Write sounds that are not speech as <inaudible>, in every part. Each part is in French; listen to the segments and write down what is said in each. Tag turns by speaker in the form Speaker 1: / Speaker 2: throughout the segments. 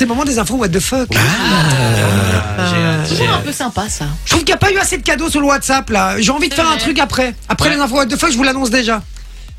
Speaker 1: C'est le moment des infos what the fuck.
Speaker 2: Ah,
Speaker 3: Euh,
Speaker 4: C'est un peu sympa ça.
Speaker 1: Je trouve qu'il n'y a pas eu assez de cadeaux sur le WhatsApp là. J'ai envie de
Speaker 4: C'est
Speaker 1: faire un
Speaker 4: vrai.
Speaker 1: truc après. Après les infos what the fuck, je vous l'annonce déjà.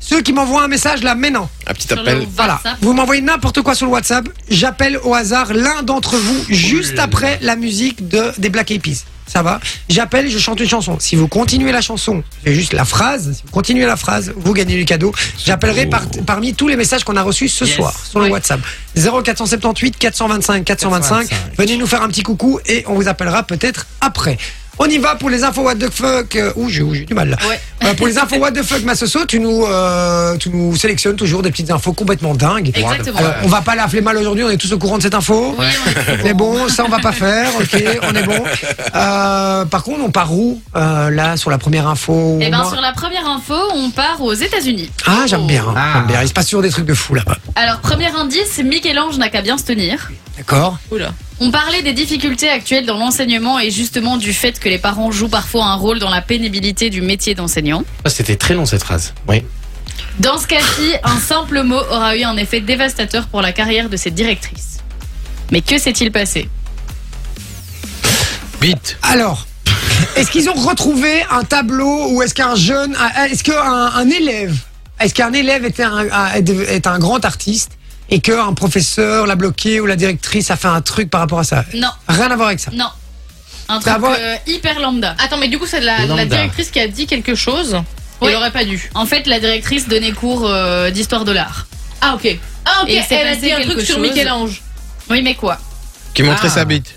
Speaker 1: Ceux qui m'envoient un message là maintenant,
Speaker 2: Un petit
Speaker 4: Sur le
Speaker 2: appel.
Speaker 1: voilà,
Speaker 4: WhatsApp.
Speaker 1: vous m'envoyez n'importe quoi sur le WhatsApp, j'appelle au hasard l'un d'entre vous juste après la musique de, des Black Eyed Peas. Ça va J'appelle et je chante une chanson. Si vous continuez la chanson, c'est juste la phrase, si vous continuez la phrase, vous gagnez du cadeau. J'appellerai par- parmi tous les messages qu'on a reçus ce
Speaker 3: Yes.
Speaker 1: soir sur le
Speaker 4: Oui.
Speaker 1: WhatsApp. 0478 425 425.
Speaker 3: 425.
Speaker 1: Venez nous faire un petit coucou et on vous appellera peut-être après. On y va pour les infos what the fuck. euh, Ouh, j'ai ouh, j'ai du mal là.
Speaker 4: Ouais.
Speaker 1: Euh, pour les infos what the fuck, Massoso, tu nous, euh, tu nous sélectionnes toujours des petites infos complètement dingues.
Speaker 4: Exactement.
Speaker 1: Alors, on va pas la flemme mal aujourd'hui, on est tous au courant de cette info.
Speaker 4: Oui, on est
Speaker 1: C'est bon, ça on va pas faire, ok, on est bon. Euh, par contre, on part où euh, là sur la première info
Speaker 4: Et
Speaker 1: au
Speaker 4: bien
Speaker 1: moins
Speaker 4: Eh ben, sur la première info, on part aux États-Unis.
Speaker 1: Ah, j'aime bien, hein,
Speaker 3: Ah.
Speaker 1: j'aime bien. Il se passe toujours des trucs de fou là-bas.
Speaker 4: Alors premier indice, Michel-Ange n'a qu'à bien se tenir.
Speaker 1: D'accord.
Speaker 4: On parlait des difficultés actuelles dans l'enseignement et justement du fait que les parents jouent parfois un rôle dans la pénibilité du métier d'enseignant.
Speaker 2: Ah, C'était très long cette phrase. Oui.
Speaker 4: Dans ce <laughs> cas-ci, un simple mot aura eu un effet dévastateur pour la carrière de cette directrice. Mais que s'est-il passé
Speaker 2: Vite.
Speaker 1: Alors, est-ce qu'ils ont retrouvé un tableau ou est-ce qu'un jeune, un- est-ce qu'un un élève, est-ce qu'un élève était un, un- est un grand artiste et qu'un professeur l'a bloqué ou la directrice a fait un truc par rapport à ça
Speaker 4: Non,
Speaker 1: Rien à voir avec ça.
Speaker 4: non. Un
Speaker 1: Ça
Speaker 4: truc
Speaker 1: va.
Speaker 4: euh, hyper lambda.
Speaker 5: Attends, mais du coup, c'est la,
Speaker 2: Lambda.
Speaker 5: la directrice qui a dit quelque chose. et
Speaker 4: Oui.
Speaker 5: Elle aurait pas dû.
Speaker 4: En fait, la directrice donnait cours euh, d'histoire de l'art.
Speaker 5: Ah, ok. Ah, ok.
Speaker 4: Et il s'est
Speaker 5: elle a
Speaker 4: passé
Speaker 5: dit un
Speaker 4: quelque
Speaker 5: truc sur
Speaker 4: chose.
Speaker 5: Michel-Ange.
Speaker 4: Oui, mais quoi
Speaker 2: Qui montrait
Speaker 3: Ah.
Speaker 2: sa bite.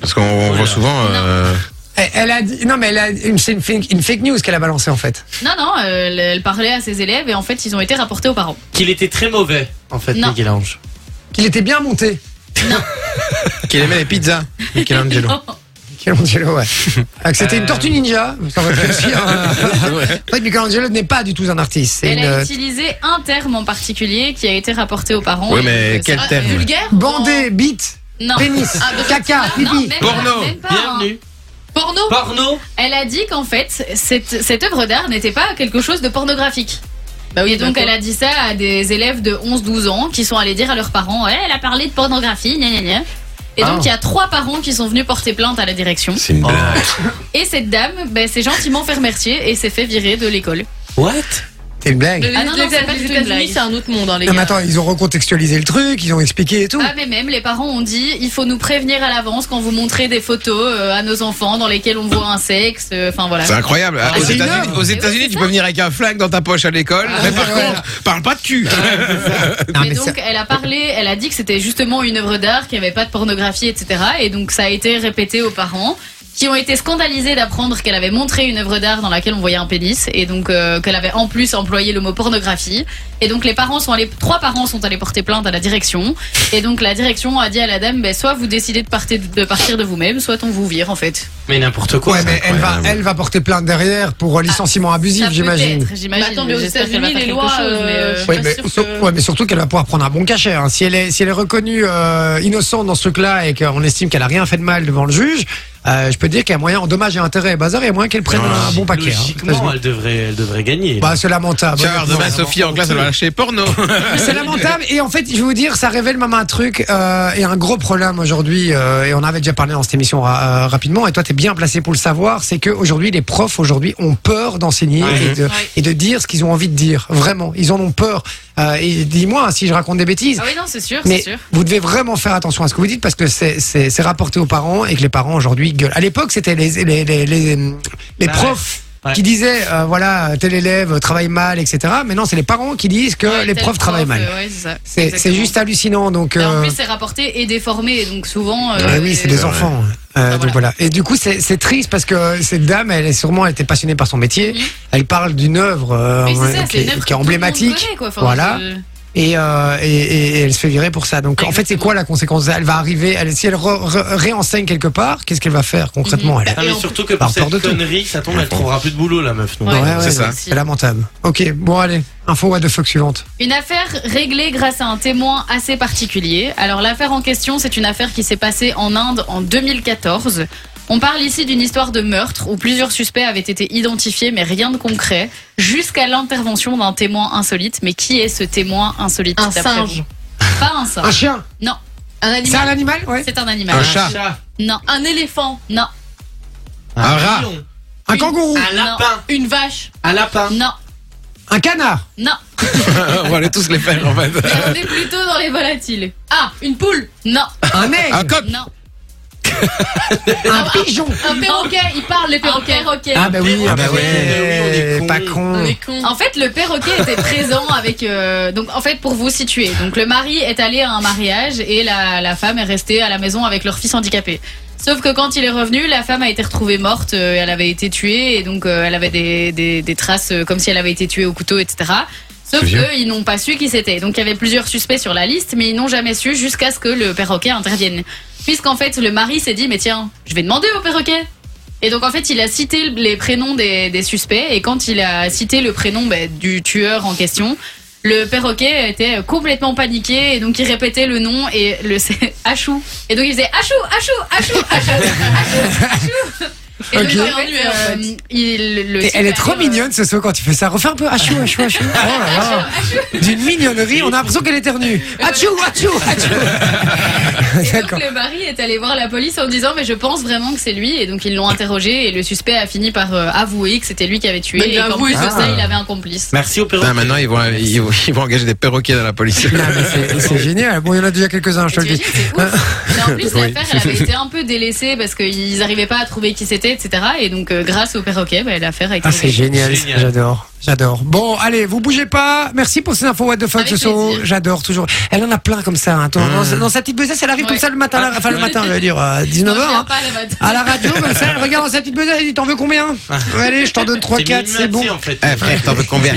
Speaker 2: Parce qu'on on voit souvent. euh,
Speaker 1: Elle, elle a dit, non mais elle a, une- c'est une fake, une fake news qu'elle a balancée en fait.
Speaker 4: Non, non, euh, elle, elle parlait à ses élèves et en fait, ils ont été rapportés aux parents.
Speaker 3: Qu'il était très mauvais, en fait,
Speaker 4: Non.
Speaker 3: Michel-Ange.
Speaker 1: Qu'il était bien monté.
Speaker 2: Qu'il aimait les pizzas. Michelangelo.
Speaker 1: Michelangelo, ouais. Ah, que C'était une tortue ninja. Ça aurait pu aussi, hein. En fait, Michelangelo n'est pas du tout un artiste. C'est
Speaker 4: Elle
Speaker 1: une
Speaker 4: a
Speaker 1: euh,
Speaker 4: utilisé un terme en particulier qui a été rapporté aux parents.
Speaker 2: Oui,
Speaker 4: Et
Speaker 2: mais
Speaker 4: donc, euh,
Speaker 2: quel
Speaker 4: ça-
Speaker 2: terme
Speaker 5: Vulgaire
Speaker 1: bandée, bite,
Speaker 4: Non.
Speaker 1: pénis,
Speaker 5: Ah, de
Speaker 1: caca,
Speaker 4: Non,
Speaker 1: pipi.
Speaker 4: même
Speaker 2: Porno.
Speaker 4: pas, même pas, hein.
Speaker 3: Bienvenue.
Speaker 5: Porno
Speaker 3: Porno.
Speaker 4: Elle a dit qu'en fait, cette, cette œuvre d'art n'était pas quelque chose de pornographique.
Speaker 5: Bah
Speaker 4: Et donc, elle a dit ça à des élèves de 11-12 ans qui sont allés dire à leurs parents Eh, Elle a parlé de pornographie, gna gna gna. Et donc,
Speaker 3: Ah.
Speaker 4: il y a trois parents qui sont venus porter plainte à la direction.
Speaker 2: C'est une blague.
Speaker 4: Et cette dame ben, s'est gentiment fait remercier et s'est fait virer de l'école.
Speaker 3: What
Speaker 1: C'est une blague.
Speaker 5: Les,
Speaker 4: Ah non, non,
Speaker 5: les-
Speaker 4: c'est Ah pas
Speaker 5: les
Speaker 4: du tout une blague.
Speaker 5: États-Unis, c'est un autre monde, hein, les
Speaker 1: Non mais
Speaker 5: gars.
Speaker 1: attends, ils ont recontextualisé le truc, ils ont expliqué et tout.
Speaker 4: Ah mais même les parents ont dit il faut nous prévenir à l'avance quand vous montrez des photos euh, à nos enfants dans lesquelles on voit un sexe euh, enfin voilà.
Speaker 2: C'est incroyable.
Speaker 4: Ah,
Speaker 2: aux
Speaker 1: c'est une
Speaker 2: États-Unis,
Speaker 1: œuvre.
Speaker 2: aux
Speaker 4: Mais
Speaker 2: États-Unis,
Speaker 4: oui, c'est
Speaker 2: tu peux venir avec un flingue dans ta poche à l'école. mais par
Speaker 1: ouais.
Speaker 2: contre, parle pas de cul.
Speaker 1: Non,
Speaker 4: mais
Speaker 1: Ah, mais
Speaker 4: donc
Speaker 1: c'est-
Speaker 4: elle a parlé, elle a dit que c'était justement une œuvre d'art, qu'il n'y avait pas de pornographie, etc. Et donc ça a été répété aux parents qui ont été scandalisés d'apprendre qu'elle avait montré une œuvre d'art dans laquelle on voyait un pénis et donc euh, qu'elle avait en plus employé le mot pornographie. Et donc les parents sont allés, trois parents sont allés porter plainte à la direction. Et donc la direction a dit à la dame, ben, soit vous décidez de partir de, partir de vous-même, soit on vous vire en fait.
Speaker 3: Mais n'importe quoi.
Speaker 1: Ouais, mais elle va, elle va porter plainte derrière pour euh, licenciement abusif,
Speaker 4: Ça
Speaker 1: j'imagine.
Speaker 4: peut-être, J'imagine.
Speaker 5: Mais attends, mais aux
Speaker 4: J'espère qu'elle va
Speaker 5: États-Unis,
Speaker 4: faire quelque
Speaker 5: les lois,
Speaker 4: chose, mais,
Speaker 5: euh,
Speaker 4: euh,
Speaker 1: Ouais,
Speaker 5: pas
Speaker 1: mais,
Speaker 5: sûre
Speaker 1: sur-
Speaker 5: que-
Speaker 1: ouais, mais surtout qu'elle va pouvoir prendre un bon cachet. hein. Si elle est, si elle est reconnue euh, innocente dans ce truc-là et qu'on estime qu'elle a rien fait de mal devant le juge, euh, je peux dire qu'il y a moyen en dommages et intérêts et bazar, il y a moyen qu'elle prenne un bon paquet. hein.
Speaker 3: Logiquement, elle devrait, elle devrait gagner.
Speaker 1: Bah, c'est lamentable.
Speaker 2: Tiens, alors, demain, Sophie en classe, elle va lâcher porno.
Speaker 1: C'est lamentable et en fait, je vais vous dire, ça révèle même un truc euh, et un gros problème aujourd'hui. euh, et on avait déjà parlé dans cette émission ra- euh, rapidement. Et toi, t'es bien placé pour le savoir. C'est que aujourd'hui, les profs aujourd'hui ont peur d'enseigner et, de, et de dire ce qu'ils ont envie de dire. Vraiment, ils en ont peur. Euh, et dis-moi hein, si je raconte des bêtises.
Speaker 4: Ah oui, non, c'est sûr, c'est
Speaker 1: Mais
Speaker 4: sûr.
Speaker 1: vous devez vraiment faire attention à ce que vous dites parce que c'est- c'est c'est rapporté aux parents et que les parents aujourd'hui gueulent. À l'époque, c'était les, les, les, les, les
Speaker 3: Bah
Speaker 1: profs
Speaker 3: ouais. Ouais.
Speaker 1: qui disaient, euh, voilà, tel élève travaille mal, etc. Mais non, c'est les parents qui disent que
Speaker 4: Ouais,
Speaker 1: les
Speaker 4: tel
Speaker 1: profs travaillent
Speaker 4: prof,
Speaker 1: mal.
Speaker 4: euh, ouais, c'est ça.
Speaker 1: C'est c'est
Speaker 4: Exactement.
Speaker 1: juste hallucinant. Donc,
Speaker 4: Et en
Speaker 1: euh,
Speaker 4: plus, c'est rapporté et déformé, donc souvent. euh,
Speaker 1: eh oui, c'est des
Speaker 2: vrai.
Speaker 1: enfants. Euh, donc voilà. Et du coup, c'est c'est triste parce que euh, cette dame, elle est sûrement elle était passionnée par son métier.
Speaker 4: Mhm.
Speaker 1: Elle parle d'une œuvre euh,
Speaker 4: Oui, c'est ça,
Speaker 1: ouais,
Speaker 4: c'est
Speaker 1: qui,
Speaker 4: une œuvre
Speaker 1: qui est
Speaker 4: que tout le monde
Speaker 1: emblématique.
Speaker 4: connaît, quoi. Enfin,
Speaker 1: Voilà.
Speaker 4: je-
Speaker 1: Et, euh, et, et- et elle se fait virer pour ça. Donc en fait, c'est quoi la conséquence Elle va arriver. Elle, si elle re- re- réenseigne quelque part, qu'est-ce qu'elle va faire
Speaker 4: Mhm.
Speaker 1: concrètement elle
Speaker 3: Putain, mais
Speaker 5: Et en-
Speaker 3: surtout que
Speaker 1: par
Speaker 3: pour cette
Speaker 1: peur de tout.
Speaker 3: connerie, ça tombe, elle trouvera plus de boulot, la meuf. donc.
Speaker 4: Ouais.
Speaker 1: Ouais, ouais,
Speaker 2: c'est
Speaker 1: ouais,
Speaker 2: ça.
Speaker 1: c'est lamentable. Ok, bon allez, info what the fuck suivante.
Speaker 4: Une affaire réglée grâce à un témoin assez particulier. Alors l'affaire en question, c'est une affaire qui s'est passée en Inde en 2014. On parle ici d'une histoire de meurtre où plusieurs suspects avaient été identifiés mais rien de concret jusqu'à l'intervention d'un témoin insolite. Mais qui est ce témoin insolite
Speaker 5: Un
Speaker 4: d'après vous
Speaker 5: singe.
Speaker 4: Pas un singe.
Speaker 1: Un chien
Speaker 4: Non.
Speaker 5: Un
Speaker 1: C'est un
Speaker 5: animal.
Speaker 1: animal Ouais.
Speaker 4: C'est un animal.
Speaker 2: Un chat.
Speaker 4: Non.
Speaker 5: Un éléphant.
Speaker 4: Non.
Speaker 2: Un
Speaker 1: Ah.
Speaker 2: rat.
Speaker 3: lion,
Speaker 1: Un
Speaker 5: Oui.
Speaker 1: kangourou.
Speaker 3: Un lapin.
Speaker 5: Une vache.
Speaker 3: Un lapin.
Speaker 4: Non.
Speaker 1: Un canard.
Speaker 4: Non.
Speaker 2: <laughs> On va aller tous les faire en fait.
Speaker 4: On est plutôt dans les volatiles.
Speaker 5: Ah, une poule.
Speaker 4: Non.
Speaker 1: Un
Speaker 2: Un
Speaker 1: aigle.
Speaker 2: cop.
Speaker 4: Non.
Speaker 1: Un pigeon.
Speaker 5: Un perroquet. Il parle, les
Speaker 4: Un
Speaker 5: perroquets.
Speaker 4: perroquet.
Speaker 1: Ah bah oui,
Speaker 3: Ah
Speaker 1: ah
Speaker 3: bah
Speaker 1: bah
Speaker 3: oui, on est
Speaker 1: ouais,
Speaker 3: con.
Speaker 1: Eh, pas con.
Speaker 5: On est
Speaker 4: <laughs>
Speaker 5: con.
Speaker 4: En fait, le perroquet était présent avec. euh, donc, en fait, pour vous situer, donc le mari est allé à un mariage et la, la femme est restée à la maison avec leur fils handicapé. Sauf que quand il est revenu, la femme a été retrouvée morte, euh, elle avait été tuée et donc euh, elle avait des, des- des traces euh, comme si elle avait été tuée au couteau, etc. Sauf
Speaker 2: C'est vieux.
Speaker 4: qu'ils n'ont pas su qui c'était. Donc il y avait plusieurs suspects sur la liste, mais ils n'ont jamais su jusqu'à ce que le perroquet intervienne. Puisqu'en fait, le mari s'est dit, mais tiens, je vais demander au perroquet. Et donc en fait, il a cité les prénoms des, des suspects et quand il a cité le prénom ben, du tueur en question, le perroquet était complètement paniqué et donc il répétait le nom et le <laughs> c'est Achou. Et donc il faisait Achou, Achou, Achou, Achou, Achou,
Speaker 1: <laughs>
Speaker 4: Achou. Et donc,
Speaker 1: Ok.
Speaker 4: en fait, euh, il, le
Speaker 1: Et Elle est
Speaker 4: super,
Speaker 1: trop
Speaker 4: euh,
Speaker 1: mignonne ce saut quand tu fais ça. Refais un peu achou, achou,
Speaker 4: <laughs>
Speaker 1: achou. Oh là là. D'une mignonnerie, on a l'impression qu'elle éternue. Achou, achou, achou.
Speaker 4: <laughs> Et donc
Speaker 1: D'accord.
Speaker 4: le mari est allé voir la police en disant mais je pense vraiment que c'est lui et donc ils l'ont interrogé et le suspect a fini par euh, avouer que c'était lui qui avait tué
Speaker 5: Mais il
Speaker 4: et
Speaker 5: a
Speaker 4: qu'en
Speaker 5: avoué,
Speaker 4: plus de
Speaker 1: ça.
Speaker 4: ça il avait un complice.
Speaker 3: Merci au perroquet.
Speaker 2: Putain, Bah, maintenant ils vont, ils, vont, ils vont engager des perroquets dans la police.
Speaker 1: Non, mais c'est- C'est génial. Bon, il y en a déjà quelques-uns, je te le dis.
Speaker 4: T'imagines, c'est ouf. Mais en plus,
Speaker 2: Oui.
Speaker 4: l'affaire, elle avait été un peu délaissée parce qu'ils n'arrivaient pas à trouver qui c'était, etc. Et donc, euh, grâce au perroquet, bah, l'affaire a été.
Speaker 1: Ah, c'est
Speaker 4: réglée.
Speaker 1: génial,
Speaker 3: Génial.
Speaker 1: j'adore, j'adore. Bon, allez, vous bougez pas. Merci pour ces infos What the fuck
Speaker 4: Avec
Speaker 1: ce sont,
Speaker 4: plaisir.
Speaker 1: j'adore toujours. Elle en a plein comme ça. hein. Dans- Dans, dans sa petite besace, elle arrive
Speaker 4: Ouais. Ah.
Speaker 1: comme ça le matin, là, enfin le matin, je veux dire euh,
Speaker 4: Non,
Speaker 1: 19
Speaker 4: je
Speaker 1: h
Speaker 4: <laughs> viens pas, là-bas.
Speaker 1: À la radio, comme ça, elle regarde dans sa petite besace, elle dit t'en veux combien Allez, je t'en donne 3, 4,
Speaker 3: Mimimati,
Speaker 1: Ah. c'est bon.
Speaker 3: en fait.
Speaker 2: Eh frère, t'en veux combien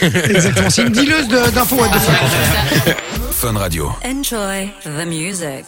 Speaker 1: Exactement, c'est une dealeuse de- d'infos What the fuck.
Speaker 6: Enjoy the music.